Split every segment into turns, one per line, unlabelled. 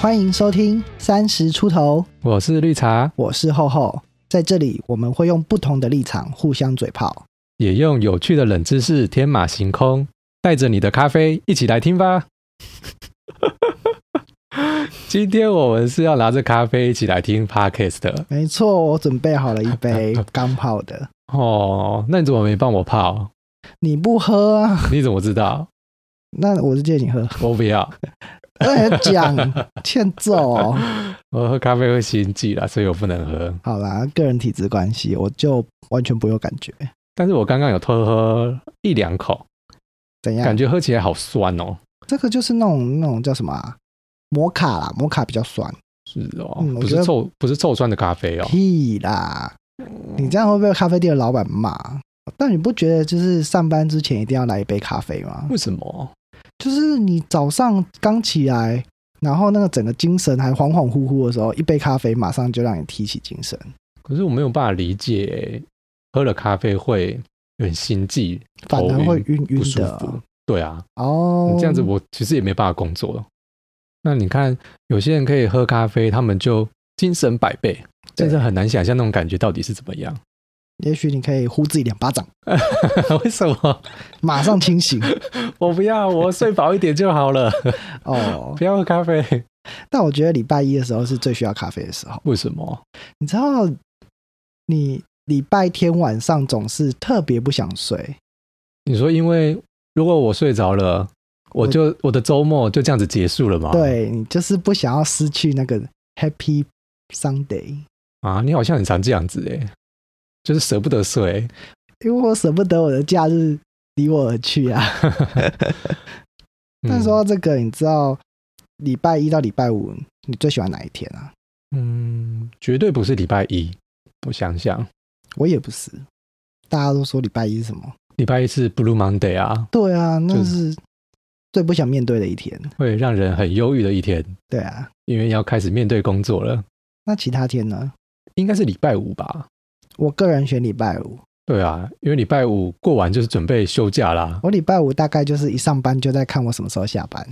欢迎收听三十出头，
我是绿茶，
我是厚厚。在这里，我们会用不同的立场互相嘴炮。
也用有趣的冷知识天马行空，带着你的咖啡一起来听吧。 今天我们是要拿着咖啡一起来听 podcast 的
没错，我准备好了一 杯刚泡的，
哦。那你怎么没帮我泡？
你不喝啊？
你怎么知道？
那我就借你喝。
我不要，
哎，讲 欠揍哦。
我喝咖啡会心悸啦，所以我不能喝。
好啦，个人体质关系，我就完全不有感觉。
但是我刚刚有偷喝一两口，
怎样？
感觉喝起来好酸哦。
这个就是那种那种叫什么、啊、摩卡啦，摩卡比较酸。
是哦，
嗯我
不
觉得
是臭不是臭酸的咖啡哦。
屁啦！你这样会被咖啡店的老板骂。但你不觉得就是上班之前一定要来一杯咖啡吗？
为什么？
就是你早上刚起来，然后那个整个精神还恍恍惚惚的时候，一杯咖啡马上就让你提起精神，
可是我没有办法理解，喝了咖啡会有点心悸，
反而会晕晕
不舒服
的。。
对啊，
哦
你，这样子我其实也没办法工作了。那你看，有些人可以喝咖啡，他们就精神百倍，
对
但是很难想象那种感觉到底是怎么样。
也许你可以呼自己两巴掌，
为什么？
马上清 醒。
我不要，我睡饱一点就好了，
哦，
不要喝咖啡。
但我觉得礼拜一的时候是最需要咖啡的时候。
为什么？
你知道，你礼拜天晚上总是特别不想睡，
你说，因为如果我睡着了，我就我的周末就这样子结束了吗？
对你就是不想要失去那个 Happy Sunday。
啊，你好像很常这样子哎，就是舍不得睡。
因为我舍不得我的假日离我而去啊。但
嗯
说到这个，你知道礼拜一到礼拜五你最喜欢哪一天啊？
嗯，绝对不是礼拜一。我想想，
我也不是，大家都说礼拜一是什么？
礼拜一是 Blue Monday 啊，
对啊，那
就是
最不想面对的一天。
会让人很忧郁的一天，
对啊，
因为要开始面对工作了。
那其他天呢？
应该是礼拜五吧？
我个人选礼拜五，
对啊，因为礼拜五过完就是准备休 假啦，
我礼拜五大概就是一上班就在看我什么时候下班。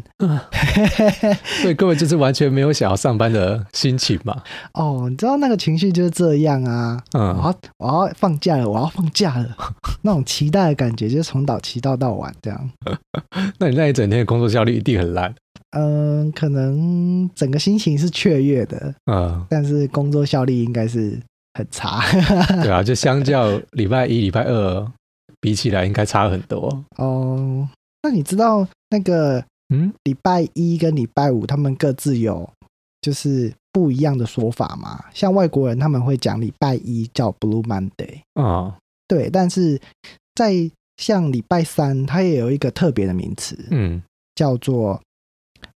所以根本就是完全没有想要上班的心情嘛。
哦，你知道那个情绪就是这样啊。我
嗯，
要我要放假了，我要放假了， 那种期待的感觉，就是从早期待到晚这样。
那你那一整天的工作效率一定很烂。
嗯，可能整个心情是雀跃的，
嗯，
但是工作效率应该是很差。
对啊，就相较礼拜一、礼拜二比起来，应该差很多。
哦，那你知道那个
嗯，
礼拜一跟礼拜五他们各自有就是不一样的说法吗？像外国人他们会讲礼拜一叫 Blue Monday，
啊、
对，但是在像礼拜三，它也有一个特别的名词
嗯
叫做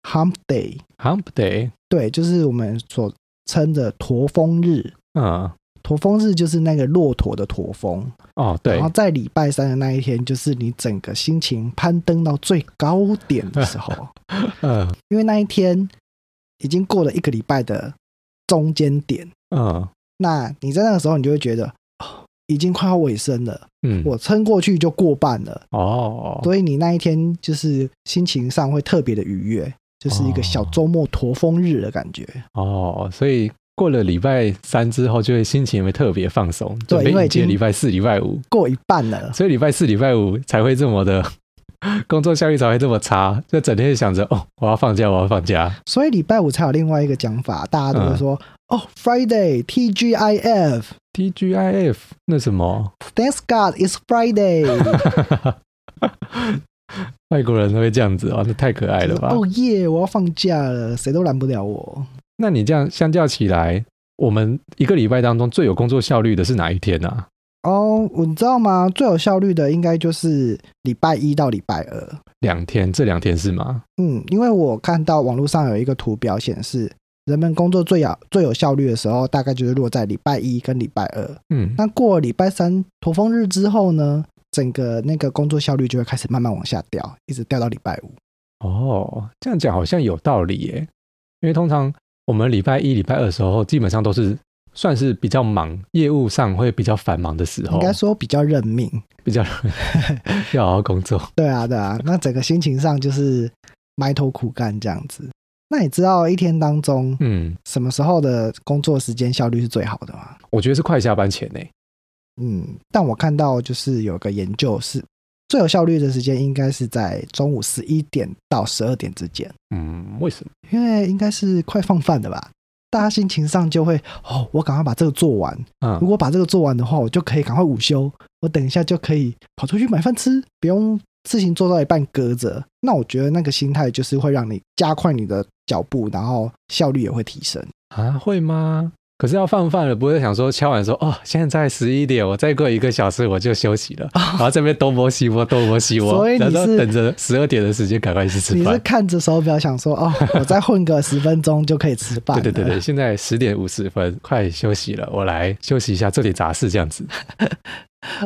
Hump Day，
，Hump Day，
对，就是我们所称的驼峰日。
嗯，
驼峰日就是那个骆驼的驼峰，
哦，对
然后，在礼拜三的那一天，就是你整个心情攀登到最高点的时候，
嗯
因为那一天已经过了一个礼拜的中间点，
嗯
那你在那个时候，你就会觉得、哦已经快要尾声了，
嗯，
我撑过去就过半了，
哦，
所以你那一天就是心情上会特别的愉悦，就是一个小周末驼峰日的感觉。
哦，所以过了礼拜三之后，就会心情会特别放松，
对
准备
因为已
迎接
经啊
礼拜四、礼拜五，
过一半了，
所以礼拜四、礼拜五才会这么的 工作效率才会这么差，就整天想着哦，我要放假，我要放假，
所以礼拜五才有另外一个讲法，大家都会说、
嗯
哦，Friday TGIF。
TGIF 那什么，
Thanks God, it's Friday
外国人都会这样子哦，那太可爱了吧？
就是哦耶！我要放假了，谁都拦不了我。
那你这样相较起来，我们一个礼拜当中最有工作效率的是哪一天呢、啊？
哦，你知道吗？最有效率的应该就是礼拜一到礼拜二。
两天，这两天是吗？
嗯，因为我看到网络上有一个图表显示，人们工作最有最有效率的时候，大概就是落在礼拜一跟礼拜二。
嗯，
那过了礼拜三驼峰日之后呢，整个那个工作效率就会开始慢慢往下掉，一直掉到礼拜五。
哦，这样讲好像有道理耶，因为通常我们礼拜一、礼拜二的时候，基本上都是算是比较忙，业务上会比较繁忙的时
应
候，
该说比较认命。
比较要好好工作。
对啊，对啊，那整个心情上就是埋头苦干这样子。那你知道一天当中
嗯，
什么时候的工作时间效率是最好的吗？
我觉得是快下班前呢、
嗯，但我看到就是有个研究是最有效率的时间应该是在中午十一点到十二点之间，
嗯，为什么？
因为应该是快放饭的吧。大家心情上就会哦，我赶快把这个做完。啊如
嗯，
果把这个做完的话，我就可以赶快午休，我等一下就可以跑出去买饭吃，不用事情做到一半搁着。那我觉得那个心态就是会让你加快你的脚步，然后效率也会提升。
啊，会吗？可是要放饭了，不会想说敲完说哦，现在十一点，我再过一个小时我就休息了，然后这边东摸西摸，东摸西摸，
哦所以你
然后
是
等着十二点的时间赶快去吃
你是
饭。
看着手表想说 哦，我再混个十分钟就可以吃饭
对
了。
对对 对，现在十点五十分，快休息了，我来休息一下，做点杂事这样子，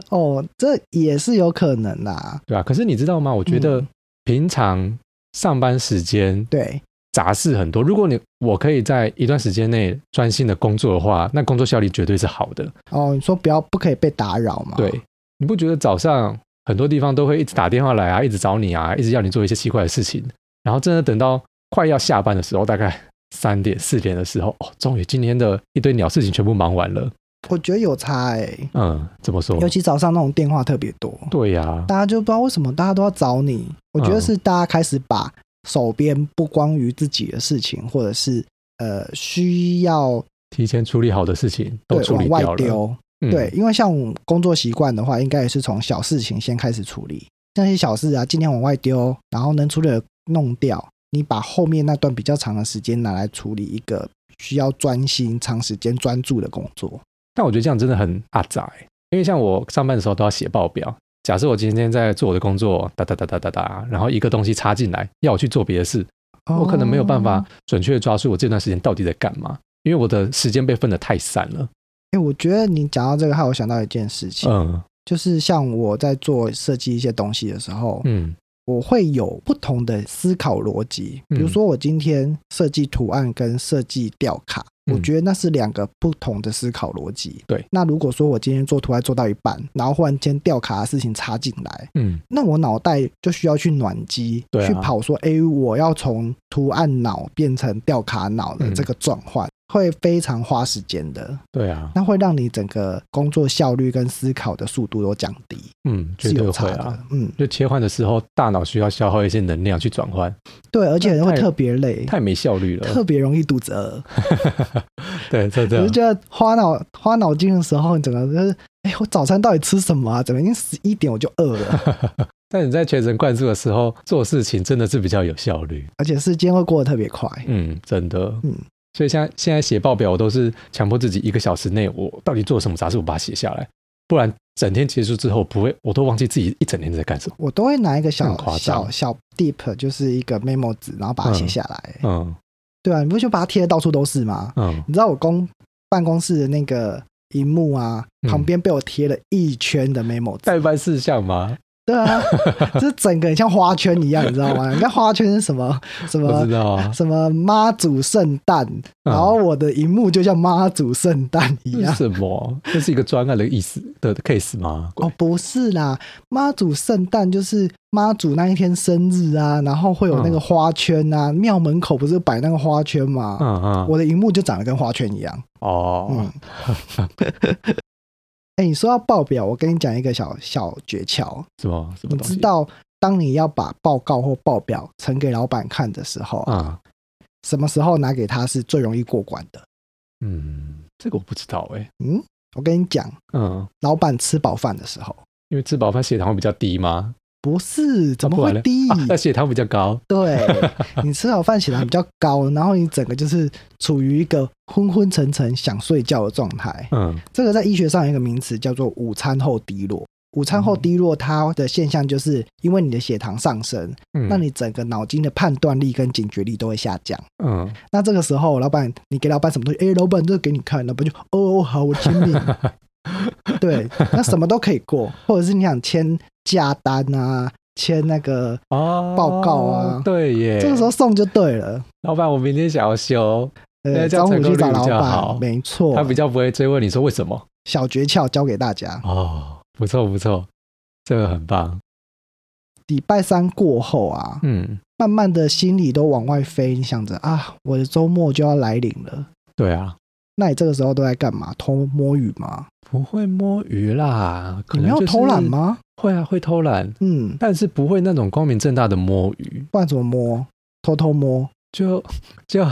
哦，这也是有可能啦。
对吧、可是你知道吗？我觉得
嗯
平常上班时间
对，
杂事很多。如果你我可以在一段时间内专心的工作的话，那工作效率绝对是好的。
哦，你说不要不可以被打扰嘛？
对，你不觉得早上很多地方都会一直打电话来啊，一直找你啊，一直要你做一些奇怪的事情，然后真的等到快要下班的时候，大概三点四点的时候，哦，终于今天的一堆鸟事情全部忙完了。
我觉得有差欸
嗯，怎么说
尤？其早上那种电话特别多，
对呀、
大家就不知道为什么大家都要找你。我觉得
嗯
是大家开始把手边不光于自己的事情，或者是呃需要
提前处理好的事情都
对
处
往
理
外
掉了。
丢。
嗯
对，，因为像我工作习惯的话，应该也是从小事情先开始处理，那些小事啊，尽量往外丢，然后能处理的弄掉。你把后面那段比较长的时间拿来处理一个需要专心、长时间专注的工作。
但我觉得这样真的很阿杂、欸，因为像我上班的时候都要写报表。假设我今天在做我的工作，哒哒哒哒哒哒，然后一个东西插进来，要我去做别的事，
哦
我可能没有办法准确地抓住我这段时间到底在干嘛，因为我的时间被分得太散了。
哎、我觉得你讲到这个，害我想到一件事情，
嗯
就是像我在做设计一些东西的时候，
嗯
我会有不同的思考逻辑。比如
嗯
说，我今天设计图案跟设计吊卡，我
嗯
觉得那是两个不同的思考逻辑。
对
那如果说我今天做图案做到一半，然后忽然间吊卡的事情插进来，
嗯，
那我脑袋就需要去暖机，
对啊
去跑说，哎、我要从图案脑变成吊卡脑的
嗯
这个转换，会非常花时间的。
对啊，
那会让你整个工作效率跟思考的速度都降低，
嗯，绝
是
对
有
会
差
啊。
的。嗯，
就切换的时候，大脑需要消耗一些能量去转换，
对，而且
那
会
太
特别累，
太没效率了。
特别容易肚子饿。
对，啊这
我
这
就觉得花脑花脑筋的时候，你整个就是，哎、我早餐到底吃什么啊？怎么已经十一点我就饿了？
但你在全神贯注的时候做事情，真的是比较有效率。
而且时间会过得特别快。
嗯，真的。
嗯
嗯，所以像现在写报表，我都是强迫自己一个小时内，我到底做什么杂事，我把它写下来，不然整天结束之后，不会，我都忘记自己一整天在干什么。
我都会拿一个小
很夸
小
张
小 deep，就是一个 memo 纸，然后把它写下来。
嗯
对啊，你不就把它贴的到处都是吗？
嗯，
你知道我公办公室的那个荧幕啊，
嗯
旁边被我贴了一圈的 memo 纸。
代办事项 吗？
对啊，就是整个很像花圈一样，你知道吗？人家花圈是什么什
不
么
知道啊，
什么妈祖圣诞，
嗯
然后我的荧幕就像妈祖圣诞一
这
样
是。什么？这是一个专案的意思的 case 吗？
哦，不是啦，妈祖圣诞就是妈祖那一天生日啊，然后会有那个花圈啊，庙门口不是摆那个花圈吗？
嗯嗯，
我的荧幕就长得跟花圈一样。嗯
哦，，
哎、你说到报表，我跟你讲一个小小诀窍，
什么什么
你
东西？
知道。当你要把报告或报表呈给老板看的时候啊，
啊？
什么时候拿给他是最容易过关的？
嗯，这个我不知道哎。
我跟你讲，
嗯，
老板吃饱饭的时候，
因为吃饱饭血糖会比较低吗？
不是怎么
不然
会
呢
低？
啊那血糖比较高。
对 你吃好饭血糖比较高，然后你整个就是处于一个昏昏沉沉想睡觉的状态。
嗯
这个在医学上有一个名词叫做午餐后低落。午餐后低落，它的现象就是因为你的血糖上升，
嗯，
那你整个脑筋的判断力跟警觉力都会下降。
嗯，
那这个时候，老板你给老板什么东西，哎，老板这个给你看，老板就哦哦好，我签 名。对，那什么都可以过，或者是你想签价单啊，签那个，
哦，
报告啊
对耶。
这个时候送就对了。
老板，我明天想要休，
呃，
那这
中
样
午
成功
去
率
找老
比较好
板，没错
他，比较不会追问你说为什么。
小诀窍教给大家。
哦，不错不错，这个很棒。
礼拜三过后啊，
嗯
慢慢的心里都往外飞，你想着啊，我的周末就要来临了。
对啊，
那你这个时候都在干嘛？偷摸鱼吗？
不会摸鱼啦，可
你
能
们要
就是
偷懒？吗？
会啊，会偷懒，
嗯，
但是不会那种光明正大的摸鱼，
不然怎么摸？偷偷摸？
就 就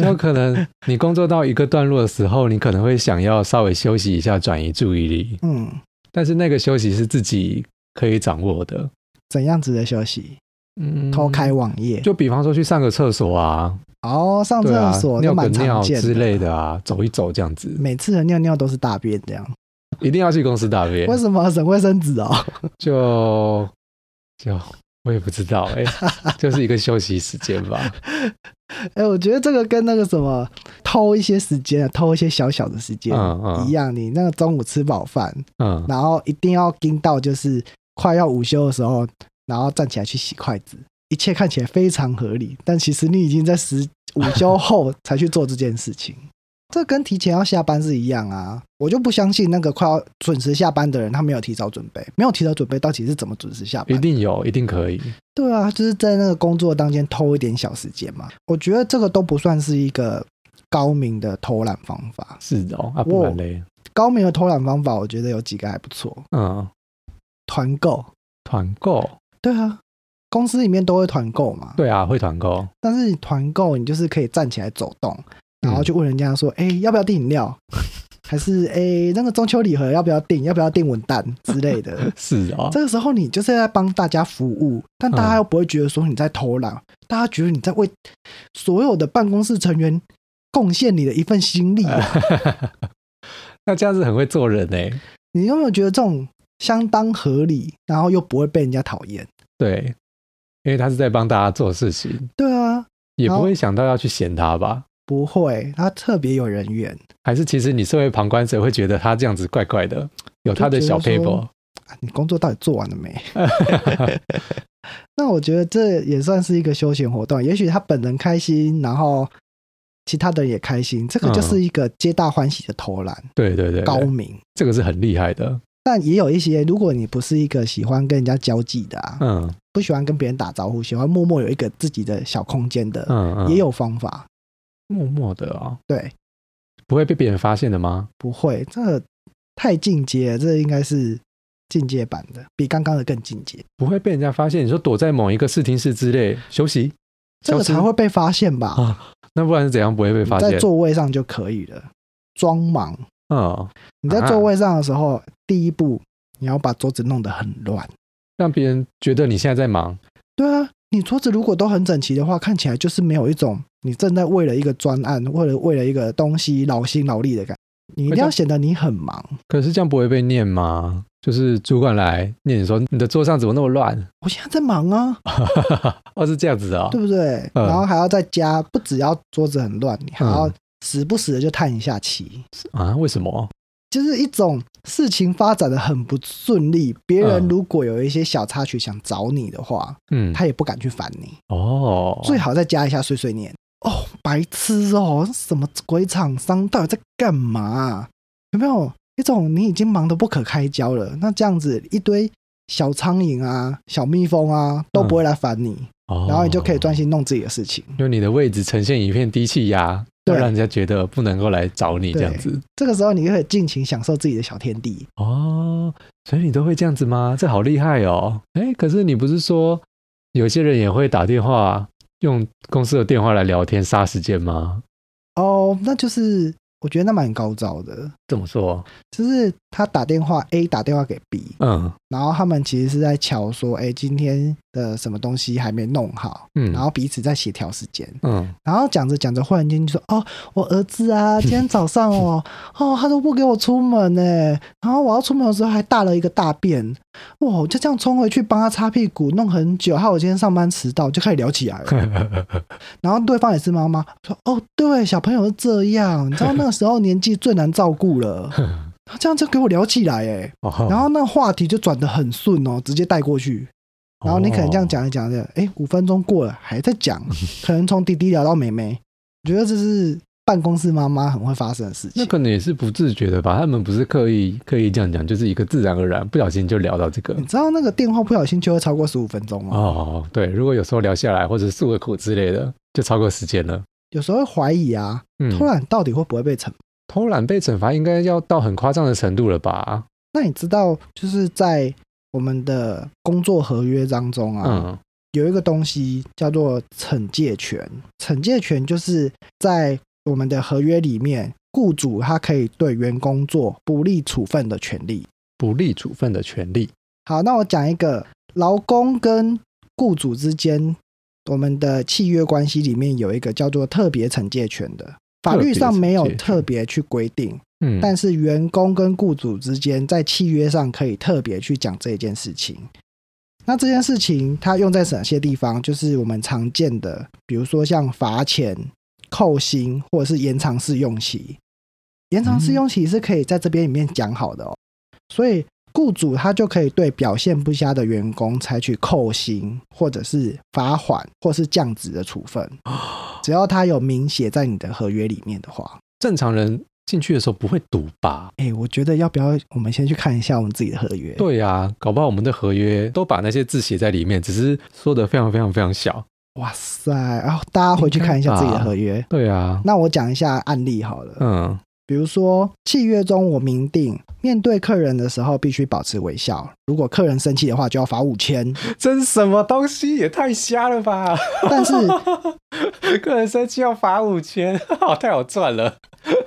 就可能你工作到一个段落的时候，你可能会想要稍微休息一下，转移注意力，
嗯，
但是那个休息是自己可以掌握的。
怎样子的休息？
嗯，
偷开网页？
就比方说去上个厕所啊，
哦，上
对
厕
啊，
所都
尿个
蛮常
尿
见
之类的啊，走一走这样子，
每次的尿尿都是大便这样，
一定要去公司大便
为，什么省卫生纸哦？
就就我也不知道 哎、就是一个休息时间吧。
哎、我觉得这个跟那个什么偷一些时间啊，偷一些小小的时间、
嗯嗯
一样。你那个中午吃饱饭，
嗯，
然后一定要盯到就是快要午休的时候，然后站起来去洗筷子，一切看起来非常合理，但其实你已经在时午休 后才去做这件事情。这跟提前要下班是一样啊！我就不相信那个快要准时下班的人，他没有提早准备，没有提早准备，到底是怎么准时下班
一？定有，一定可以。
对啊，就是在那个工作当间偷一点小时间嘛。我觉得这个都不算是一个高明的偷懒方法。
是的哦，啊，不然嘞，
高明的偷懒方法，我觉得有几个还不错。
嗯，
团购，
团购，
对啊，公司里面都会团购嘛。
对啊，会团购，
但是你团购，你就是可以站起来走动，然后
嗯
就问人家说：“哎、要不要订饮料？ 还是哎、那个中秋礼盒要不要订？要不要订文蛋之类的？”
是哦，
这个时候你就是在帮大家服务，但大家又不会觉得说你在偷懒，大家觉得你在为所有的办公室成员贡献你的一份心力、啊。
那这样子很会做人哎、
你有没有觉得这种相当合理，然后又不会被人家讨厌？
对，因为他是在帮大家做事情，
对啊，
也
好
不会想到要去嫌他吧？
不会，他特别有人缘
还是其实你身为旁观者会觉得他这样子怪怪的，有他的小
就觉得
paper，
说啊。你工作到底做完了没？ 那我觉得这也算是一个休闲活动，也许他本人开心，然后其他的人也开心，这个就是一个皆大欢喜的投篮，
对嗯对对，
高
对
明。
这个是很厉害的，
但也有一些，如果你不是一个喜欢跟人家交际的啊，
嗯
不喜欢跟别人打招呼，喜欢默默有一个自己的小空间的，
嗯嗯，
也有方法。
默默的啊、
对，
不会被别人发现的吗？
不会，这个太进阶了，这应该是进阶版的，比刚刚的更进阶，
不会被人家发现？你说躲在某一个视听室之类休息，
这个
消失
才会被发现吧？
啊，那不然是怎样不会被
你
发
在
现？
座位上就可以了，装忙。
嗯，
你在
啊
座位上的时候，第一步你要把桌子弄得很乱。
让别人觉得你现在在忙，
对啊，你桌子如果都很整齐的话，看起来就是没有一种你正在为了一个专案，为了为了一个东西劳心劳力的感觉。你一定要显得你很忙。
可是这样不会被念吗？就是主管来念你说你的桌上怎么那么乱？
我现在在忙啊，
哦，是这样子啊、
对不对？
嗯
然后还要在家，不只要桌子很乱，你还要
嗯
时不时的就叹一下气，
啊，为什么？
就是一种事情发展的很不顺利。别人
嗯
如果有一些小插曲想找你的话，
嗯，
他也不敢去烦你。
哦，
最好再加一下碎碎念。哦，白痴哦，什么鬼厂商到底在干嘛啊、有没有一种你已经忙得不可开交了？那这样子一堆小苍蝇啊、小蜜蜂啊都不会来烦你，
哦
然后你就可以专，心弄自己的事情。
用你的位置呈现一片低气压，
对
要让人家觉得不能够来找你
对
这样子。
这个时候你就可以尽情享受自己的小天地。
哦，所以你都会这样子吗？这好厉害哦！哎，可是你不是说有些人也会打电话用公司的电话来聊天杀时间吗？
哦，那就是我觉得那蛮高招的，
怎么说？
就是他打电话 A 打电话给 B，
嗯
然后他们其实是在瞧说，哎，今天的什么东西还没弄好，
嗯，
然后彼此在协调时间。
嗯，
然后讲着讲着，忽然间就说：“哦，我儿子啊，今天早上哦，哦，他都不给我出门呢。然后我要出门的时候还大了一个大便，哇！我就这样冲回去帮他擦屁股，弄很久。害我今天上班迟到，就开始聊起来 了。然后对方也是妈妈，说：哦，对，小朋友是这样，你知道那个时候年纪最难照顾了。他这样就给我聊起来哎， 然
然
后那话题就转得很顺哦，直接带过去。然后你可能这
哦
样讲一讲 的，哎、五分钟过了还在讲，可能从滴滴聊到妹妹，我觉得这是办公室妈妈很会发生的事情。
那可能也是不自觉的吧，他们不是刻意刻意这样讲，就是一个自然而然，不小心就聊到这个
你。知道那个电话不小心就会超过十五分钟吗？
哦，对，如果有时候聊下来或者诉个苦之类的，就超过时间了。
有时候会怀疑啊，
嗯，
偷懒到底会不会被惩罚？
偷懒被惩罚应该要到很夸张的程度了吧？
那你知道，就是在我们的工作合约当中啊，
嗯，
有一个东西叫做惩戒权。惩戒权就是在我们的合约里面，雇主他可以对员工做不利处分的权利。
不利处分的权利。
好，那我讲一个劳工跟雇主之间，我们的契约关系里面有一个叫做特别惩戒权的，法律上没有
特别惩戒权
特别去规定，
嗯，
但是员工跟雇主之间在契约上可以特别去讲这件事情。那这件事情它用在哪些地方？就是我们常见的，比如说像罚钱、扣薪，或者是延长试用期。延长试用期是可以在这边里面讲好的哦，所以雇主他就可以对表现不佳的员工采取扣薪，或者是罚款，或是降职的处分，只要他有明写在你的合约里面的话。
正常人进去的时候不会赌吧？
哎、我觉得要不要我们先去看一下我们自己的合约？，
对呀、搞不好我们的合约都把那些字写在里面，只是说的非常非常非常小。
哇塞，然、后大家回去看一下自己的合约。
对啊，
那我讲一下案例好了，
嗯
比如说契约中我明定，面对客人的时候必须保持微笑，如果客人生气的话就要罚五千。
这是什么东西？也太瞎了吧！
但是
个人生气要罚五千， 好太好赚了。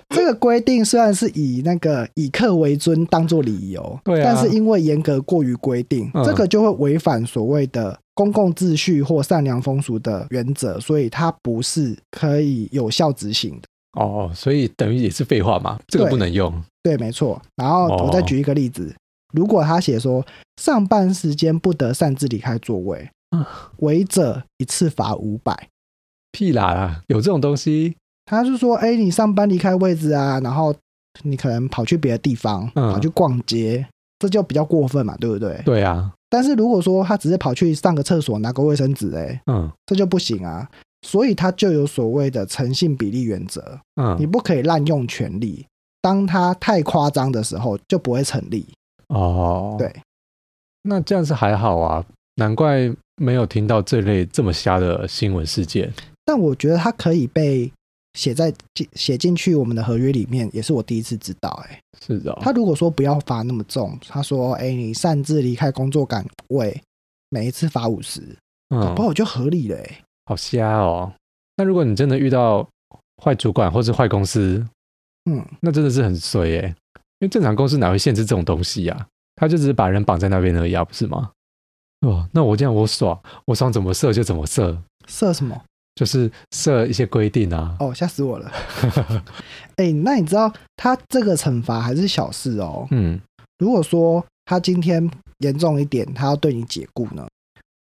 这个规定虽然是以那个以客为尊当做理由，
对啊
但是因为严格过于规定，
嗯
这个就会违反所谓的公共秩序或善良风俗的原则，所以它不是可以有效执行的。
哦，所以等于也是废话嘛，这个
对
不能用。
对，没错。然后
哦
我再举一个例子，如果他写说上班时间不得擅自离开座位
嗯，
违者一次罚五百。
屁啦啦，有这种东西？
他就说：“哎、你上班离开位置啊，然后你可能跑去别的地方，
嗯
跑去逛街，这就比较过分嘛，对不对？
对啊，
但是如果说他只是跑去上个厕所拿个卫生纸，哎，
嗯
这就不行啊。所以他就有所谓的诚信比例原则，你
嗯，
不可以滥用权力。当他太夸张的时候，就不会成立。
哦，
对，
那这样是还好啊，难怪没有听到这类这么瞎的新闻事件。
但我觉得它可以被写在进写进去我们的合约里面，也是我第一次知道、欸。哎，
是的、哦，
他如果说不要罚那么重，他说，哎、你擅自离开工作岗位，每一次罚五十，搞
嗯
不，好就合理了、欸。
好瞎哦。那如果你真的遇到坏主管或是坏公司，
嗯，
那真的是很衰耶、因为正常公司哪会限制这种东西啊？他就只是把人绑在那边而已啊，不是吗？哦，那我这样我爽，我爽怎么射就怎么射，
设什么？
就是设一些规定啊。
哦，吓死我了！ 哎、那你知道他这个惩罚还是小事哦。
嗯，
如果说他今天严重一点，他要对你解雇呢？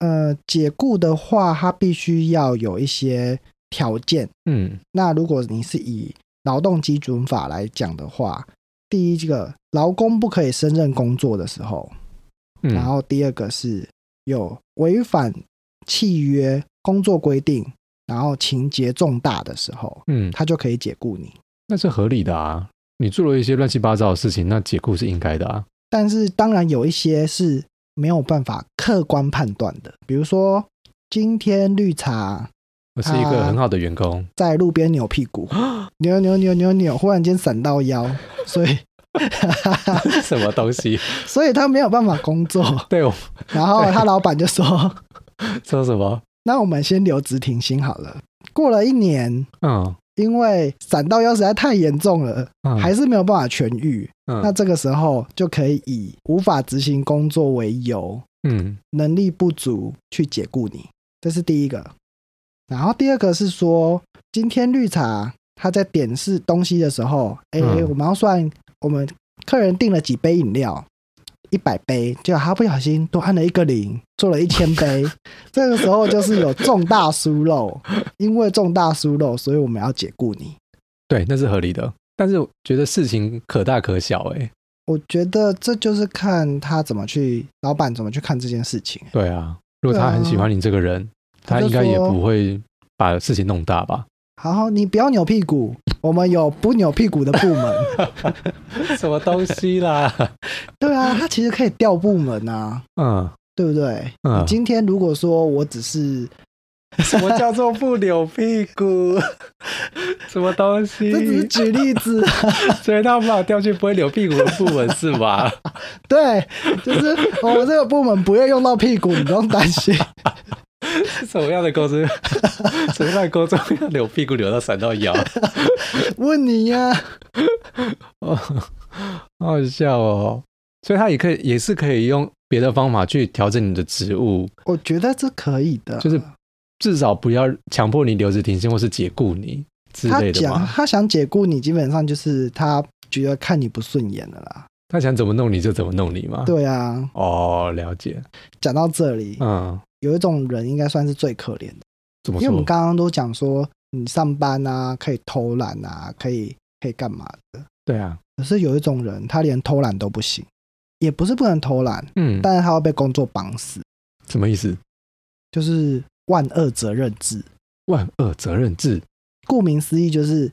呃，解雇的话，他必须要有一些条件，
嗯，
那如果你是以劳动基准法来讲的话，第一个劳工不可以胜任工作的时候，
嗯
然后第二个是有违反契约、工作规定，然后情节重大的时候，
嗯，
他就可以解雇你。
那是合理的啊。你做了一些乱七八糟的事情，那解雇是应该的啊。
但是当然有一些是没有办法客观判断的，比如说今天绿茶
我是一个
啊
很好的员工，
在路边扭屁股，扭扭扭扭扭，忽然间闪到腰，所以。
什么东西？
所以他没有办法工作，
对我
然后他老板就说
说什么？：“
那我们先留职停薪好了。”过了一年，
嗯，
因为闪到腰实在太严重了，
嗯
还是没有办法痊愈。那
嗯
这个时候就可以以无法执行工作为由，
嗯
能力不足去解雇你，这是第一个。然后第二个是说，今天绿茶他在点是东西的时候，哎、
嗯
我们要算我们客人订了几杯饮料，一百杯，结果他不小心多按了一个零，做了一千 杯，这个时候就是有重大疏漏，因为重大疏漏，所以我们要解雇你。
对，那是合理的。但是我觉得事情可大可小、欸，哎，
我觉得这就是看他怎么去，老板怎么去看这件事情。
对啊。如果他很喜欢你这个人，他
就
应该也
说
不会把事情弄大吧？
好，你不要扭屁股，我们有不扭屁股的部 门，
什么东西啦？
对啊，它其实可以调部门啊，
嗯
对不对？
嗯，
今天如果说我只是，
什么叫做不扭屁股？什么东西？
这只是举例子，
所以他们把我调去不会扭屁股的部门是吧？
对，就是我们这个部门不会用到屁股，你不用担 心。
是什么样的工作？什么样的工作要扭屁股扭到闪到腰？
问你呀、
哦，好好笑哦！所以他也可以，也是可以用别的方法去调整你的职务，
我觉得这可以的，
就是至少不要强迫你留职停薪或是解雇你之
他
类的
讲
嘛。
他想解雇你，基本上就是他觉得看你不顺眼了啦。
他想怎么弄你就怎么弄你嘛。，
对啊，
哦，了解。
讲到这里，
嗯，
有一种人应该算是最可怜的，
怎么
因为我们
说？
刚刚都讲说你上班啊可以偷懒啊，可以可以干嘛的，
对啊，
可是有一种人他连偷懒都不行，也不是不能偷懒，
嗯，
但是他会被工作绑死，
什么意思？
就是万恶责任制。
万恶责任制。
顾名思义，就是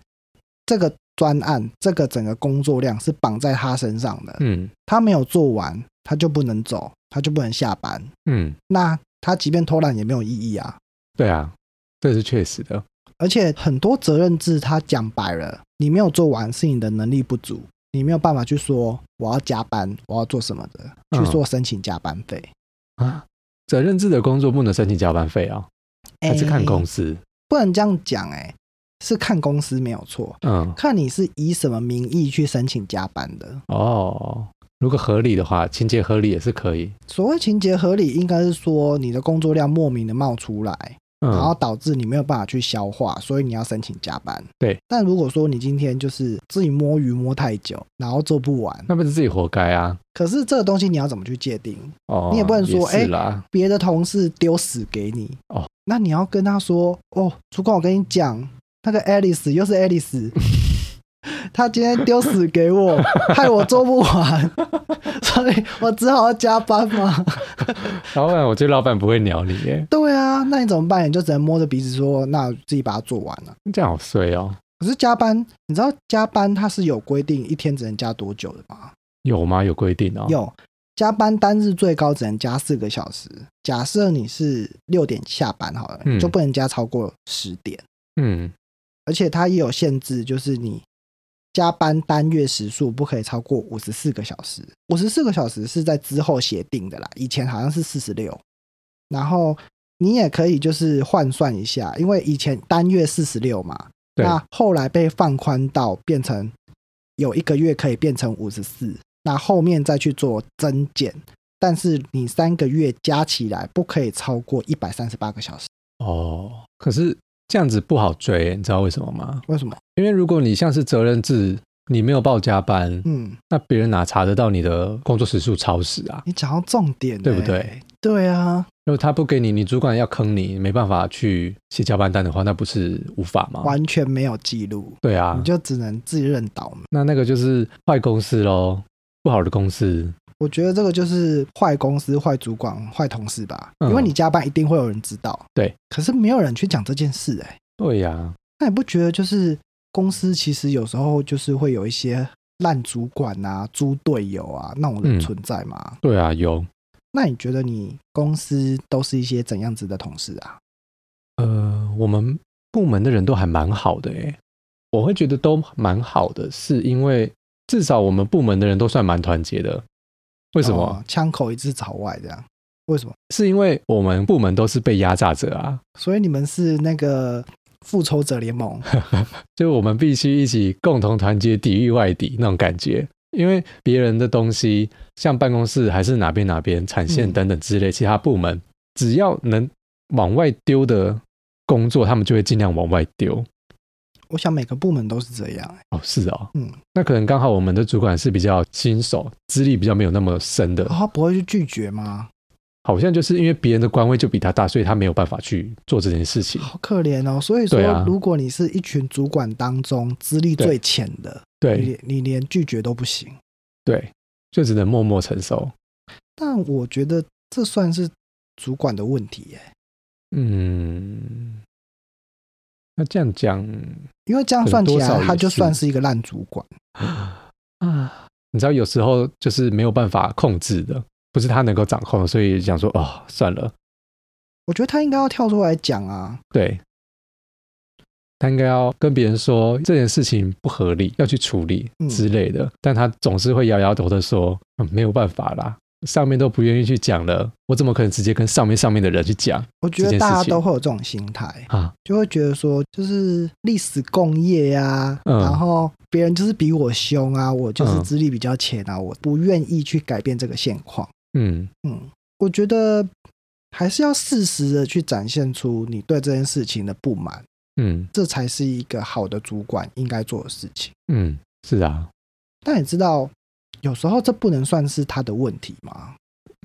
这个专案这个整个工作量是绑在他身上的，
嗯
他没有做完，他就不能走，他就不能下班。
嗯，
那他即便偷懒也没有意义啊。
对啊，这是确实的。
而且很多责任制，他讲白了，你没有做完是你的能力不足，你没有办法去说我要加班，我要做什么的，
嗯
去做申请加班费。
啊，责任制的工作不能申请加班费啊，
哎
还是看公
司，
司。
不能这样讲哎、是看公司没有错，
嗯，
看你是以什么名义去申请加班的。
哦，如果合理的话，情节合理也是可以。
所谓情节合理，应该是说你的工作量莫名的冒出来，然后
嗯，
导致你没有办法去消化，所以你要申请加班。
对，
但如果说你今天就是自己摸鱼摸太久，然后做不完，
那不是自己活该啊。
可是这个东西你要怎么去界定？
哦，
你也不能说哎
也是啦，
别的同事丢屎给你，
哦，
那你要跟他说，哦，主管，我跟你讲，那个 Alice 又是 Alice，他今天丢屎给我，害我做不完，所以我只好要加班嘛。
老板，我觉得老板不会鸟你耶，
对啊，那你怎么办？你就只能摸着鼻子说，那自己把它做完了、
这样好衰哦。
可是加班，你知道加班它是有规定一天只能加多久的吗？
有吗？有规定哦。，
有，加班单日最高只能加四个小时。假设你是六点下班好了，
嗯
就不能加超过十点。
嗯，
而且它也有限制，就是你加班单月时数不可以超过五十四个小时。五十四个小时是在之后协定的啦，以前好像是四十六。然后你也可以就是换算一下，因为以前单月四十六嘛，
对，
那后来被放宽到变成有一个月可以变成五十四，那后面再去做增减。但是你三个月加起来不可以超过一百三十八个小时，
哦，可是这样子不好追，你知道为什么吗？
为什么？
因为如果你像是责任制，你没有报加班，
嗯，
那别人哪查得到你的工作时数超时啊？
你讲到重点、欸
对不对？
对啊，
如果他不给你，你主管要坑你，没办法去写加班单的话，那不是无法吗？
完全没有记录，
对啊
你，就只能自认倒霉。
那那个就是坏公司喽，不好的公司。
我觉得这个就是坏公司、坏主管、坏同事吧，
嗯
因为你加班一定会有人知道，
对，
可是没有人去讲这件事、哎，
对呀、
那你不觉得就是公司其实有时候就是会有一些烂主管啊、猪队友啊那种人
嗯
存在吗？
对啊，有
那你觉得你公司都是一些怎样子的同事啊？
呃，我们部门的人都还蛮好的诶，我会觉得都蛮好的，是因为至少我们部门的人都算蛮团结的。为
为
什么？
枪口一致朝外这样？为什么？
是因为我们部门都是被压榨者啊，
所以你们是那个复仇者联 盟？
就我们必须一起共同团结抵御外敌那种感觉。因为别人的东西，像办公室还是哪边哪边产线
嗯
等等之类，其他部门只要能往外丢的工作，他们就会尽量往外丢。
我想每个部门都是这样、哎
哦，是哦，
嗯，
那可能刚好我们的主管是比较新手，资历比较没有那么深的
哦，，他不会去拒绝吗？
好像就是因为别人的官位就比他大，所以他没有办法去做这件事情。
好可怜哦。所以说
对，啊
如果你是一群主管当中资历最浅的，你
对
连你连拒绝都不行。
对，就只能默默承受。
但我觉得这算是主管的问题耶。
嗯，那这样讲
因为这样算起
可能多少
来，
也
他就是算是一个烂主管。
啊，你知道有时候就是没有办法控制的，不是他能够掌控的，所以想说哦，算了，
我觉得他应该要跳出来讲啊，
对，他应该要跟别人说这件事情不合理，要去处理
嗯
之类的，但他总是会摇摇头的说、嗯，没有办法啦，上面都不愿意去讲了，我怎么可能直接跟上面上面的人去讲
我觉
这
得
件事
大家
情
都会有这种心态，
啊？
就会觉得说，就是历史共业啊，
嗯
然后别人就是比我凶啊，我就是
嗯
资历比较浅啊，我不愿意去改变这个现况。
嗯，
嗯，我觉得还是要适时的去展现出你对这件事情的不满，
嗯
这才是一个好的主管应该做的事情。
嗯，是啊，
但你知道，有时候这不能算是他的问题吗？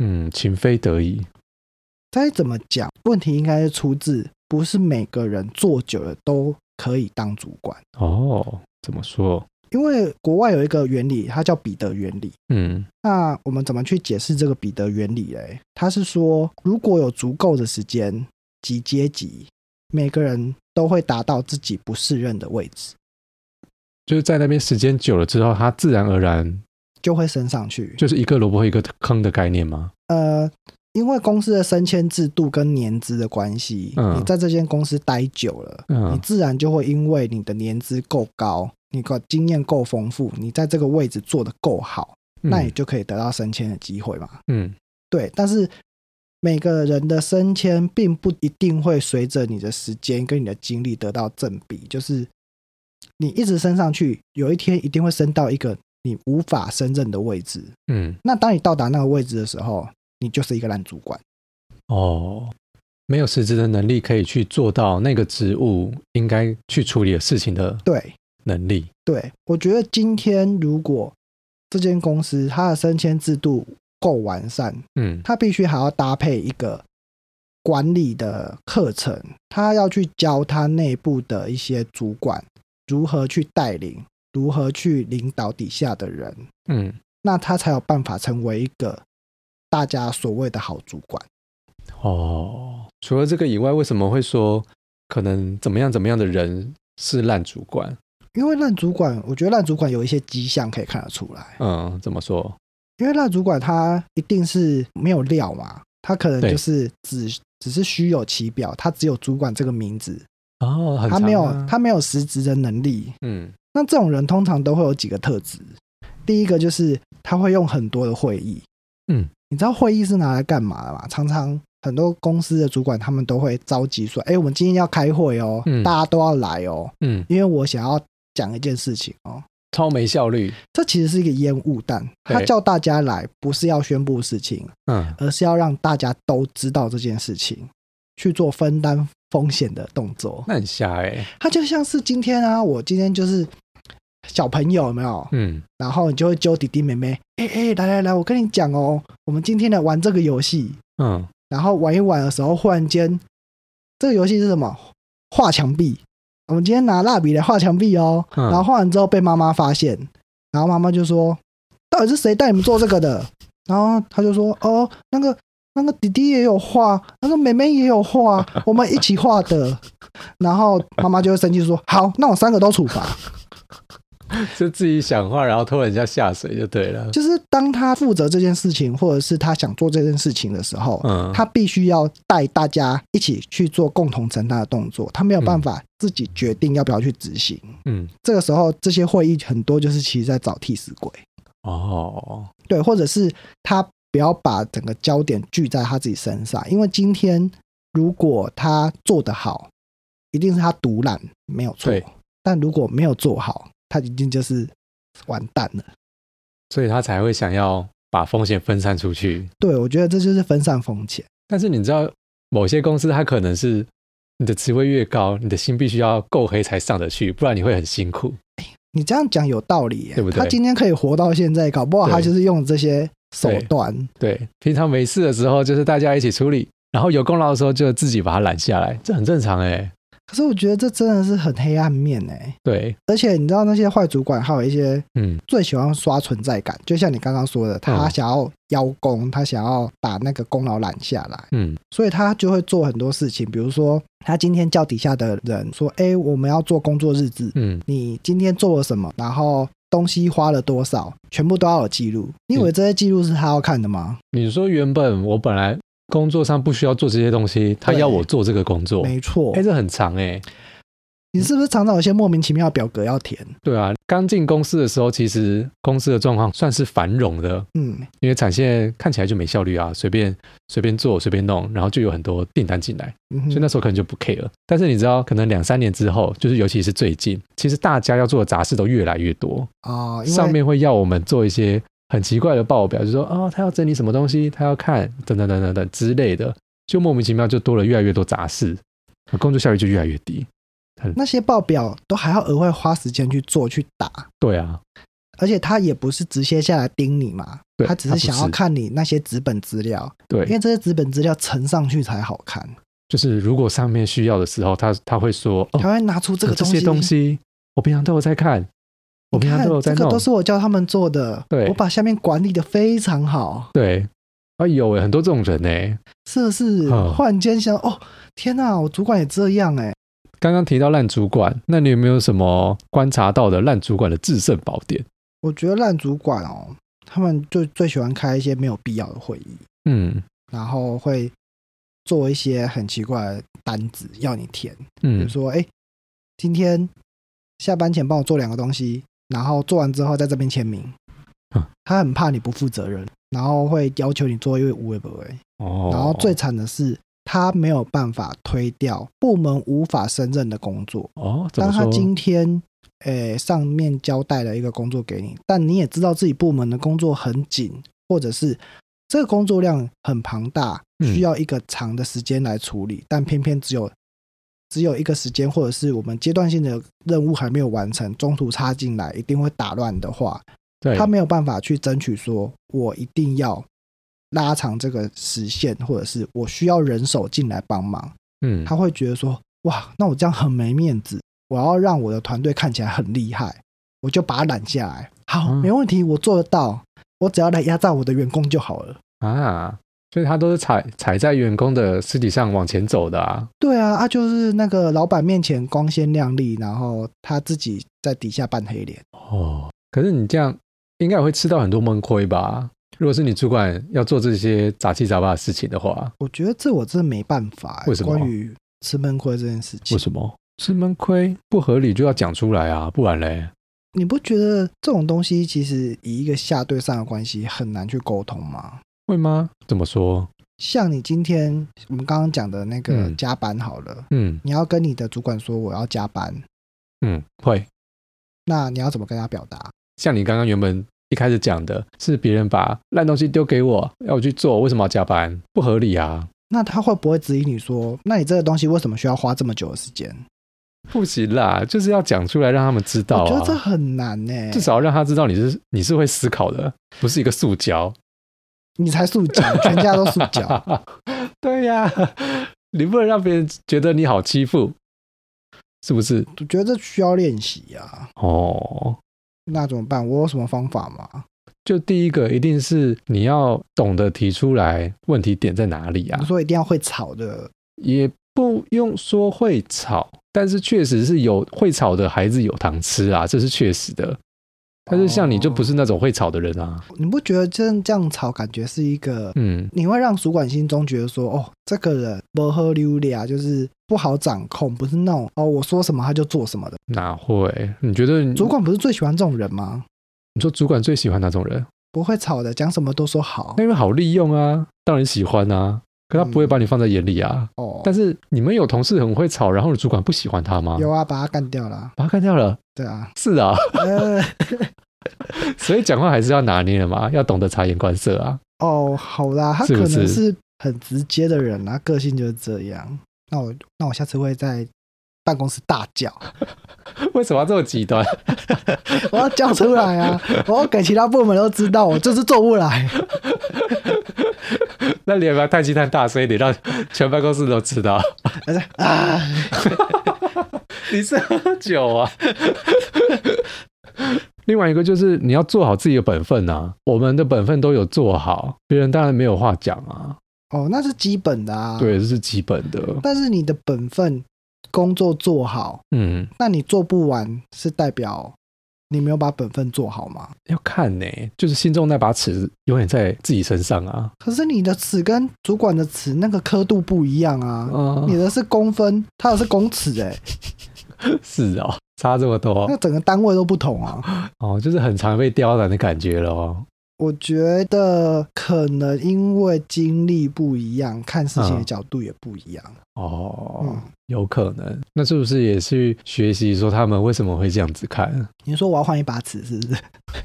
嗯，情非得已，
该怎么讲？问题应该是出自不是每个人做久了都可以当主管，
哦，怎么说？
因为国外有一个原理，它叫彼得原理。
嗯
那我们怎么去解释这个彼得原理嘞？它是说，如果有足够的时间及阶级，每个人都会达到自己不适任的位置，
就是在那边时间久了之后，他自然而然
就会升上去。
就是一个萝卜一个坑的概念吗？
呃，因为公司的升迁制度跟年资的关系，
嗯
你在这间公司待久了，
嗯
你自然就会因为你的年资够高，你的经验够丰富，你在这个位置做得够好，那你就可以得到升迁的机会嘛。
嗯
对，但是每个人的升迁并不一定会随着你的时间跟你的经历得到正比，就是你一直升上去，有一天一定会升到一个你无法胜任的位置。
嗯
那当你到达那个位置的时候，你就是一个烂主管。
哦，没有实质的能力可以去做到那个职务应该去处理的事情的
对
能力。
对，我觉得今天如果这间公司它的升迁制度够完善，
嗯
他必须还要搭配一个管理的课程，他要去教他内部的一些主管如何去带领，如何去领导底下的人，
嗯，
那他才有办法成为一个大家所谓的好主管。
哦，除了这个以外，为什么会说可能怎么样怎么样的人是烂主管？
因为烂主管，我觉得烂主管有一些迹象可以看得出来，
嗯，怎么说？
因为烂主管他一定是没有料嘛，他可能
对
就是只只是虚有其表，他只有主管这个名字，
哦，很
他
长
没有
啊
他没有实质的能力，
嗯
那这种人通常都会有几个特质，第一个就是他会用很多的会议，
嗯，
你知道会议是拿来干嘛的吗？常常很多公司的主管他们都会召集说，哎、我们今天要开会哦，
嗯
大家都要来哦，
嗯，
因为我想要讲一件事情哦。
超没效率。
这其实是一个烟雾弹，
对
他叫大家来不是要宣布事情，
嗯
而是要让大家都知道这件事情，去做分担风险的动作。
那很瞎哎、
他就像是今天啊，我今天就是小朋友有没有？
嗯
然后你就会揪弟弟妹妹，哎、哎、来来来，我跟你讲哦，我们今天来玩这个游戏。
嗯，
然后玩一玩的时候，忽然间，这个游戏是什么？画墙壁。我们今天拿蜡笔来画墙壁哦。
嗯
然后画完之后被妈妈发现，然后妈妈就说：“到底是谁带你们做这个的？”然后他就说：“哦，那个那个弟弟也有画，那个妹妹也有画，我们一起画的。”然后妈妈就会生气说：“好，那我三个都处罚。”
就自己想话，然后拖人家下水就对了。
就是当他负责这件事情，或者是他想做这件事情的时候，
嗯
他必须要带大家一起去做共同承担的动作，他没有办法自己决定要不要去执行。
嗯
这个时候，这些会议很多就是其实在找替死鬼，
哦
对，或者是他不要把整个焦点聚在他自己身上，因为今天如果他做得好，一定是他独揽没有错
对，
但如果没有做好，他一定就是完蛋了。
所以他才会想要把风险分散出去。
对，我觉得这就是分散风险。
但是你知道，某些公司它可能是你的职位越高，你的心必须要够黑才上得去，不然你会很辛苦。
你这样讲有道理耶，
对不对
他今天可以活到现在，搞不好他
对
就是用这些手段。
对，平常没事的时候就是大家一起处理，然后有功劳的时候就自己把它揽下来，这很正常哎、
可是我觉得这真的是很黑暗面哎、
对，
而且你知道那些坏主管还有一些
嗯，
最喜欢刷存在感，就像你刚刚说的，他
嗯
想要邀功，他想要把那个功劳揽下来，
嗯，
所以他就会做很多事情，比如说他今天叫底下的人说：“哎，我们要做工作日志，
嗯，
你今天做了什么，然后东西花了多少，全部都要有记录。”你以
嗯
为这些记录是他要看的吗？
你说原本我本来工作上不需要做这些东西，他
对
要我做这个工作，
没错
哎、，这很长哎、
你是不是常常有些莫名其妙的表格要填？
对啊，刚进公司的时候，其实公司的状况算是繁荣的，
嗯，
因为产线看起来就没效率啊，随便随便做随便弄，然后就有很多订单进来，
嗯哼
所以那时候可能就不 care。但是你知道，可能两三年之后，就是尤其是最近，其实大家要做的杂事都越来越多，
哦，因为
上面会要我们做一些很奇怪的报表，就说啊、他要整理什么东西，他要看等等等等等之类的，就莫名其妙就多了越来越多杂事，工作效率就越来越低。
那些报表都还要额外花时间去做去打，
对啊，
而且他也不是直接下来盯你嘛，
对
他只是想
他
要
不是
看你那些纸本资料，
对，
因为这些纸本资料呈上去才好看。
就是如果上面需要的时候，他他会说哦，
他会拿出这个
这
东西，
些东西我平常都有在看，我
你
平常
看
都有在
这
弄，
个都是我叫他们做的，
对
我把下面管理的非常好，
对。哎有哎，很多这种人哎。
是不是？
嗯
忽然间想，哦，天哪，我主管也这样哎、
刚刚提到烂主管，那你有没有什么观察到的烂主管的制胜宝典？
我觉得烂主管哦，他们就最喜欢开一些没有必要的会议，
嗯
然后会做一些很奇怪的单子要你填。比如
嗯
说，哎、今天下班前帮我做两个东西，然后做完之后在这边签名
啊。
他很怕你不负责任，然后会要求你做一个无为不为。
哦，
然后最惨的是，他没有办法推掉部门无法胜任的工作。
哦，怎
当
么
他
说？
今天，诶、上面交代了一个工作给你，但你也知道自己部门的工作很紧，或者是这个工作量很庞大，
嗯
需要一个长的时间来处理，但偏偏只有只有一个时间，或者是我们阶段性的任务还没有完成，中途插进来一定会打乱的话，
对
他没有办法去争取说，我一定要拉长这个时限，或者是我需要人手进来帮忙。
嗯
他会觉得说，哇，那我这样很没面子，我要让我的团队看起来很厉害，我就把它揽下来。好，
嗯
没问题，我做得到，我只要来压榨我的员工就好了。
啊，所以他都是踩踩在员工的尸体上往前走的啊。
对啊，啊，就是那个老板面前光鲜亮丽，然后他自己在底下扮黑脸。
哦，可是你这样应该也会吃到很多闷亏吧？如果是你主管要做这些杂七杂八的事情的话，
我觉得这我真的没办法、欸
为什么
关于吃闷亏这件事情
为，什么吃闷亏不合理就要讲出来啊？不然嘞，
你不觉得这种东西其实以一个下对上的关系很难去沟通吗？
会吗？怎么说？
像你今天我们刚刚讲的那个
嗯
加班好了，
嗯
你要跟你的主管说我要加班，
嗯，会。
那你要怎么跟他表达？
像你刚刚原本一开始讲的，是别人把烂东西丢给我，要我去做，为什么要加班？不合理啊！
那他会不会质疑你说，那你这个东西为什么需要花这么久的时间？
不行啦，就是要讲出来让他们知道
我觉得这
啊。
很难欸呢、
至少让他知道你是你是会思考的，不是一个塑胶。
你才塑 胶，全家都塑胶。
对呀、你不能让别人觉得你好欺负，是不是？
我觉得这需要练习呀。
哦，
那怎么办？我有什么方法吗？
就第一个一定是你要懂得提出来问题点在哪里啊
你，说一定要会吵的，
也不用说会吵，但是确实是有会吵的孩子有糖吃啊，这是确实的。但是像你就不是那种会吵的人啊，
哦你不觉得这这样吵感觉是一个？
嗯，
你会让主管心中觉得说，哦，这个人不喝溜的啊，就是不好掌控，不是那种哦，我说什么他就做什么的。
哪会？你觉得你
主管不是最喜欢这种人吗？
你说主管最喜欢哪种人？
不会吵的，讲什么都说好
那因为好利用啊，当然喜欢啊，可他不会把你放在眼里啊。
哦。
但是你们有同事很会吵，然后主管不喜欢他吗？
有啊，把他干掉了。
把他干掉了。
对 啊，
是啊，
呃，
所以讲话还是要拿捏的嘛，要懂得察言观色啊。
哦，好啦，他
是不
可能
是
是很直接的人啊，个性就是这样。那我那我下次会在办公室大叫，
为什么要这么极端？
我要叫出来啊！我要给其他部门都知道，我就是做不 来。
那你要不要太鸡蛋大声一点，让全办公室都知道？
啊，
你是喝酒啊？ 另外一个就是你要做好自己的本分啊，我们的本分都有做好，别人当然没有话讲啊。
哦，那是基本的啊。。
对，这是基本的。
但是你的本分工作做好，
嗯，
那你做不完是代表你没有把本分做好吗？
要看呢、就是心中那把尺永远在自己身上啊。
可是你的尺跟主管的尺那个刻度不一样啊，
啊，
你的是公分，他的是公尺、欸，哎，
是哦，差这么多
那整个单位都不同啊。
哦，就是很常被刁难的感觉了哦。
我觉得可能因为经历不一样，看事情的
嗯
角度也不一样。
哦，
嗯，
有可能。那是不是也去学习说他们为什么会这样子看？
你说我要换一把尺是不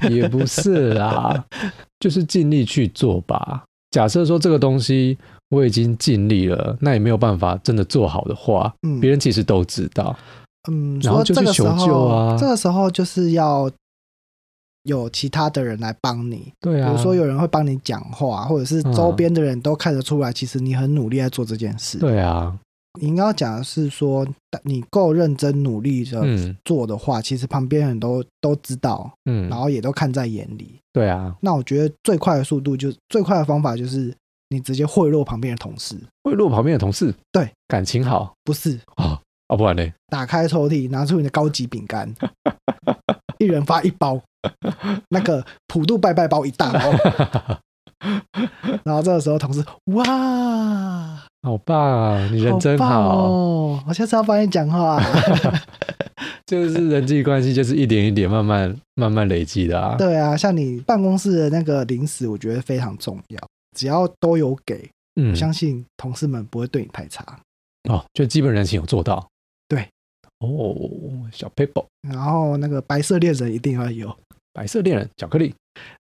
是？
也不是啦，就是尽力去做吧。假设说这个东西我已经尽力了，那也没有办法真的做好的话，
嗯，
别人其实都知道。
嗯，
然
说
后就
这
是
个时
求救
候，
啊
这个时候就是要有其他的人来帮你，
对
比
啊，嗯
如说有人会帮你讲话，或者是周边的人都看得出来，其实你很努力在做这件事。
对啊，
你应该要讲的是说，你够认真努力的
嗯
做的话，其实旁边人都都知道，然
嗯，
后也都看在眼里。
对啊，
那我觉得最快的速度就最快的方法就是你直接贿赂旁边的同事，
贿赂旁边的同事，
对，
感情好
不是
啊，啊，不然呢？
打开抽屉拿出你的高级饼 干，一人发一包，那个普渡拜拜包一大包。 然后这个时候同事哇。
好棒啊，你人真
棒
好，
哦！我下次要帮你讲话、
就是人际关系就是一点一点慢慢慢慢累积的啊。
对啊，像你办公室的那个零食，我觉得非常重要。只要都有给，
嗯，
相信同事们不会对你太差。
哦，就基本人情有做到。
对，
哦，小 paper。
然后那个白色恋人一定要有，
白色恋人巧克力。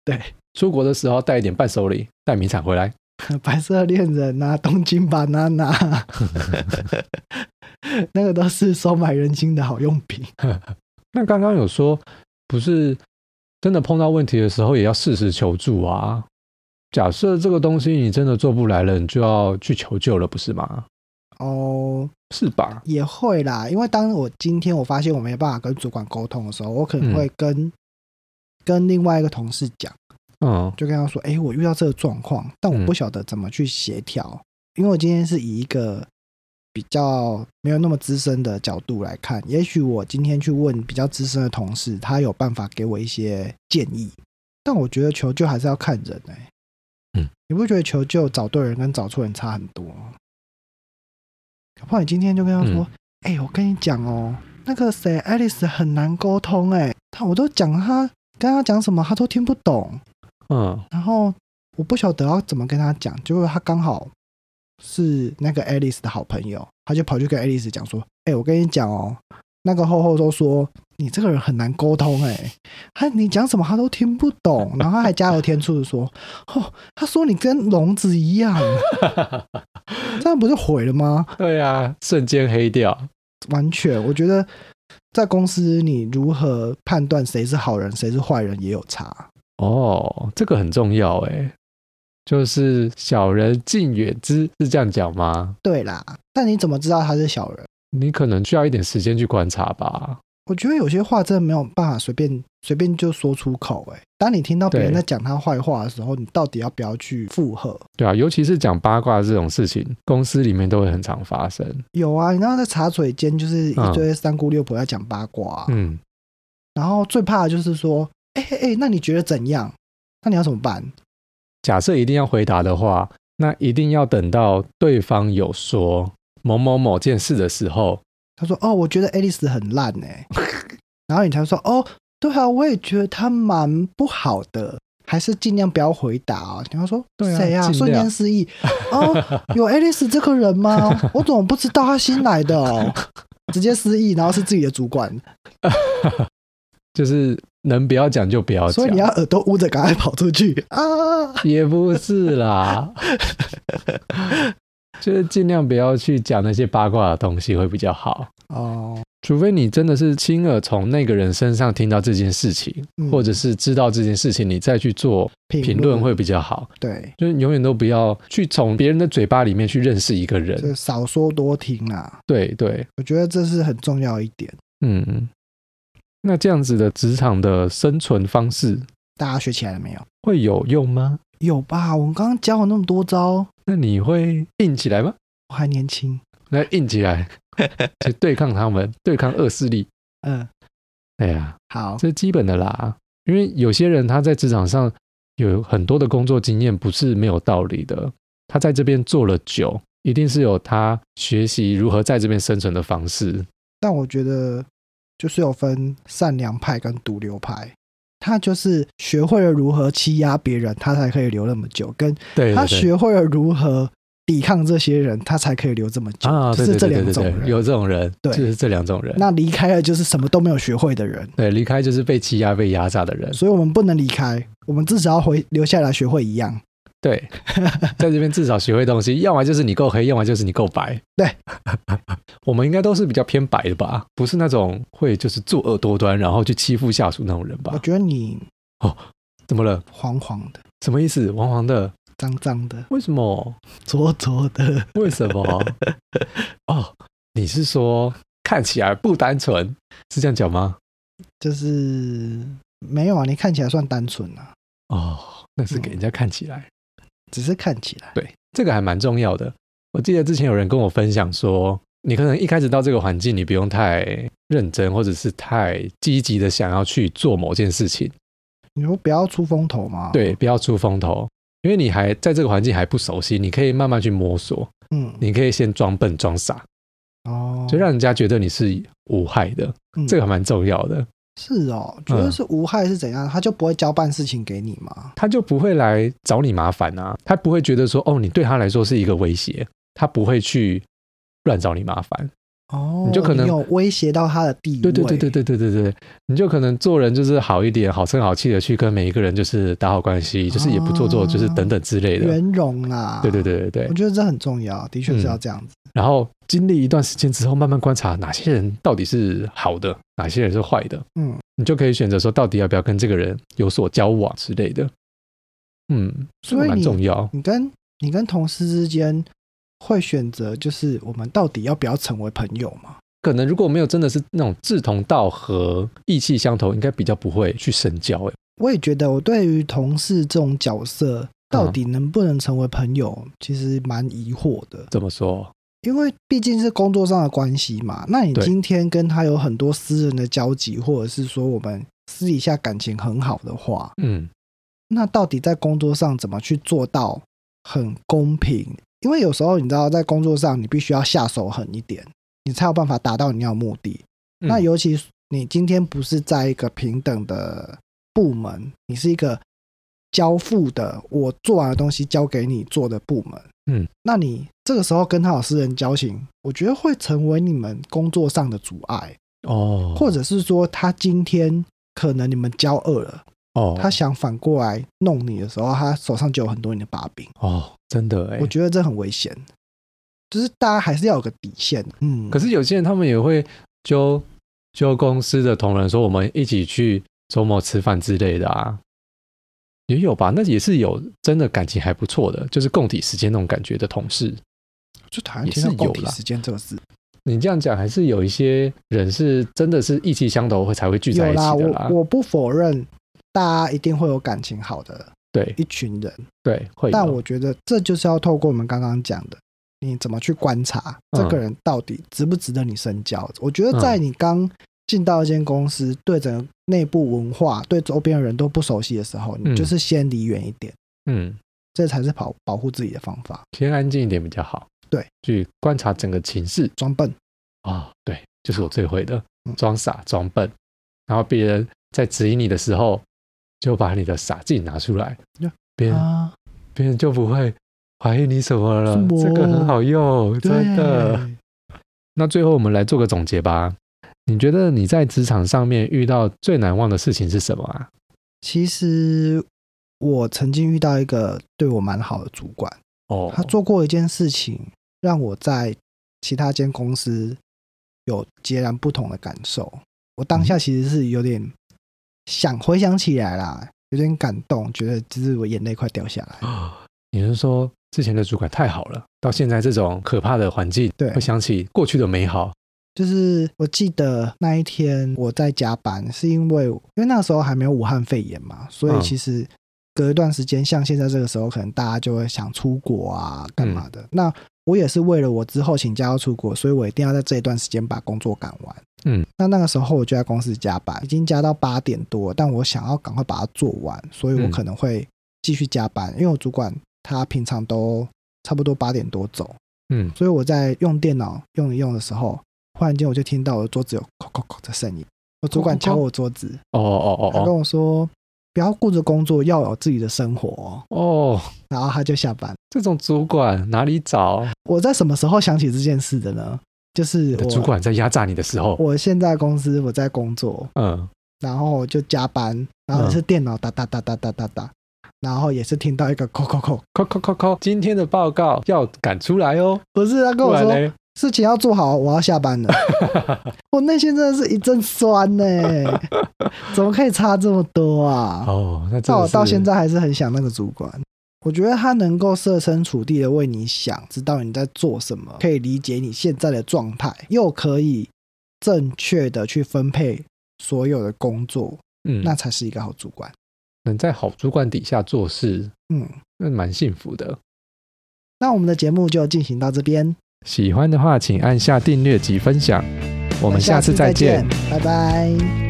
对，
出国的时候带一点伴手礼，带名产回来。
白色恋人啊，东京 banana，那个都是收买人心的好用品。
那刚刚有说，不是真的碰到问题的时候，也要适时求助啊。假设这个东西你真的做不来了，你就要去求救了，不是吗？
哦，
是吧？
也会啦，因为当我今天我发现我没办法跟主管沟通的时候，我可能
嗯
会跟、跟另外一个同事讲。
嗯
就跟他说：“哎、我遇到这个状况，但我
嗯
不晓得怎么去协调，因为我今天是以一个比较没有那么资深的角度来看，也许我今天去问比较资深的同事，他有办法给我一些建议。但我觉得求救还是要看人哎、
嗯，
你不觉得求救找对人跟找错人差很多吗？搞不好你今天就跟他说：‘
嗯
哎、我跟你讲哦，那个谁，爱丽丝很难沟通哎、他我都讲他跟他讲什么，他都听不懂。’
嗯
然后我不晓得要怎么跟他讲，结果他刚好是那个 Alice 的好朋友，他就跑去跟 Alice 讲说：“哎、我跟你讲哦，那个厚厚都说你这个人很难沟通、哎，他你讲什么他都听不懂，然后他还加油添醋的说：哦，他说你跟聋子一样，这样不是毁了吗？
对啊，瞬间黑掉。
完全，我觉得在公司你如何判断谁是好人谁是坏人也有差。”
哦，这个很重要诶，就是小人敬远之，是这样讲吗？
对啦，但你怎么知道他是小人？
你可能需要一点时间去观察吧。
我觉得有些话真的没有办法随便随便就说出口、欸。当你听到别人
对
在讲他坏话的时候，你到底要不要去附和？
对啊，尤其是讲八卦这种事情，公司里面都会很常发生。
有啊，你知道在茶水间就是一
嗯
堆三姑六婆在讲八卦啊、
嗯，
然后最怕的就是说，哎、哎、哎，那你觉得怎样？那你要怎么办？
假设一定要回答的话，那一定要等到对方有说某某某件事的时候，
他说，哦，我觉得 Alice 很烂呢、欸然后你才说，哦，对啊，我也觉得他蛮不好的。还是尽量不要回答啊！你要说
对啊
谁啊？
尽
瞬
量
间失忆哦，有 Alice 这个人吗？我怎么不知道他新来的哦？直接失忆，然后是自己的主管，
就是能不要讲就不要讲。
所以你要耳朵捂着，赶快跑出去啊！
也不 是啦，就是尽量不要去讲那些八卦的东西会比较好。
哦，
除非你真的是亲耳从那个人身上听到这件事情，
嗯
或者是知道这件事情，你再去做评论会比较好。
对，
就是永远都不要去从别人的嘴巴里面去认识一个人
就。少说多听啦。
对对，
我觉得这是很重要一点，
嗯。那这样子的职场的生存方式
大家学起来了没有？
会有用吗？
有吧？我们刚刚教了那么多招，
那你会硬起来吗？
我还年轻，
来硬起来， 去对抗他们，对抗恶势力。
嗯，
哎呀，
好，
这是基本的啦。因为有些人他在职场上有很多的工作经验，不是没有道理的。他在这边做了久，一定是有他学习如何在这边生存的方式。
但我觉得就是有分善良派跟毒瘤派。他就是学会了如何欺压别人，他才可以留那么久；跟
对
他
对对。
学会了如何抵抗这些人，他才可以留这么久。
啊，
就
对
是
对
这
对
两
对
种
对
人。
对，有这种人，
对
就是这两种人。
那离开了就是什么都没有学会的人，
对，离开就是被欺压、被压榨的人。
所以我们不能离开，我们至少要回留下来学会一样。
对， 在这边至少学会东西，要么就是你够黑，要么就是你够白。
对，
我们应该都是比较偏白的吧，不是那种会就是作恶多端，然后去欺负下属那种人
我
吧？
觉得你
怎么了？
黄黄的、
什么意思？黄黄的？
脏脏的、
为什么？
浊浊的，
为什 么？哦，你是说看起来不单纯，是这样讲吗？
就是没有啊。你看起来算单纯啊，
哦，那是给人家看起来。
只是看起来。
对，这个还蛮重要的。我记得之前有人跟我分享说，你可能一开始到这个环境，你不用太认真，或者是太积极的想要去做某件事情，
你说不要出风头嘛？
对，，不要出风头，因为你还在这个环境还不熟悉，你可以慢慢去摸索，
嗯，
你可以先装笨装傻，
哦，
就让人家觉得你是无害的，
嗯
这个还嗯蛮重要的。
是哦，觉得是无害是怎样？他就不会交办事情给你嘛？
他就不会来找你麻烦啊，他不会觉得说哦，你对他来说是一个威胁，他不会去乱找你麻烦。
哦，
你就可能
有威胁到他的地位。
对对对对对对对对，你就可能做人就是好一点，好声好气的去跟每一个人就是打好关系，就是也不做作，
啊
就是等等之类的。
圆融啦。
对嗯对，对对对
我。觉得这很重要，的确是要这样子。
然后经历一段时间之后，慢慢观察哪些人到底是好的，哪些人是坏的，
嗯，
你就可以选择说到底要不要跟这个人有所交往之类的。嗯，这
所
个
以
蛮
你
重要。
你跟你跟同事之间会选择，就是我们到底要不要成为朋友嘛？
可能如果没有真的是那种志同道合、意气相投，应该比较不会去深交、欸。
我也觉得，我对于同事这种角
嗯
色到底能不能成为朋友，其实蛮疑惑的，
怎么说？
因为毕竟是工作上的关系嘛。那你
对
今天跟他有很多私人的交集，或者是说我们私底下感情很好的话，
嗯，
那到底在工作上怎么去做到很公平？因为有时候你知道，在工作上你必须要下手狠一点，你才有办法达到你要的目的。那
嗯
尤其你今天不是在一个平等的部门，你是一个交付的，我做完的东西交给你做的部门，
嗯，
那你这个时候跟他有私人交情，我觉得会成为你们工作上的阻碍，
哦，
或者是说他今天可能你们交恶了，
哦，
他想反过来弄你的时候，他手上就有很多你的把柄，
哦，真的哎、
我觉得这很危险。就是大家还是要有个底线，嗯，
可是有些人他们也会揪揪公司的同仁说，我们一起去周末吃饭之类的啊，也有吧？那也是有真的感情还不错的，就是共体时间那种感觉的同事。
就讨厌
也
听
是
到共
有
体
啦
时间这个字，
你这样讲，还是有一些人是真的是意气相投会才会聚在
有
一起
啦，
的
我
啦。
我不否认，大家一定会有感情好的
对
一群人，
对，会有。
但我觉得这就是要透过我们刚刚讲的，你怎么去观察
嗯
这个人到底值不值得你深交。我觉得在你刚进到一间公司，对整个内部文化、对周边的人都不熟悉的时候，你
嗯
就是先离远一点，
嗯，
这才是保保护自己的方法。
先安静一点比较好。
对，
去观察整个情势
装笨，
啊、对，就是我最会的
嗯，
装傻装笨，然后别人在指引你的时候，就把你的傻劲拿出来
呀，
别人
啊，
别人就不会怀疑你什么了
什。么
这个很好用，真的。
对，
那最后我们来做个总结吧。你觉得你在职场上面遇到最难忘的事情是什么啊？
其实我曾经遇到一个对我蛮好的主管。
哦
他做过一件事情，让我在其他间公司有截然不同的感受。我当下其实是有点想回想起来啦，有点感动，觉得就是我眼泪快掉下来。
你是说之前的主管太好了，到现在这种可怕的环境，
对
会想起过去的美好，
就是我记得那一天我在加班，是因为因为那时候还没有武汉肺炎嘛，所以
嗯
其实隔一段时间，像现在这个时候，可能大家就会想出国啊，干
嗯
嘛的。那我也是为了我之后请假要出国，所以我一定要在这一段时间把工作赶完。
嗯，
那那个时候我就在公司加班，已经加到八点多，但我想要赶快把它做完，所以我
嗯
可能会继续加班，因为我主管他平常都差不多八点多走，
嗯
所以我在用电脑用一用的时候，忽然间我就听到我的桌子有“叩叩叩”的声音，我主管敲我桌子，
哦哦
他跟
哦
我说不要顾着工作，要有自己的生活哦，
哦哦，
然后他就下班。
这种主管哪里找？
我在什么时候想起这件事的呢？就是
你的
我
主管在压榨你的时候，
我现在公司我在工作，
嗯，
然后就加班，然后也是电脑哒哒哒哒哒哒哒，然后也是听到一个“叩叩叩
扣扣扣扣，今天的报告要赶出来哦”，，
不是他跟
不
我
然
说
嘞，
事情要做好，我要下班了。 我内心真的是一阵酸呢、怎么可以差这么多啊？
哦，那
但
真
我
的
到
是
现在还是很想那个主管。我觉得他能够设身处地的为你想，知道你在做什么，可以理解你现在的状态，又可以正确的去分配所有的工作，
嗯，
那才是一个好主管。
能在好主管底下做事，
嗯，
那蛮幸福的。
那我们的节目就进行到这边，
喜欢的话，请按下订阅及分享。我们下次再见。
拜拜。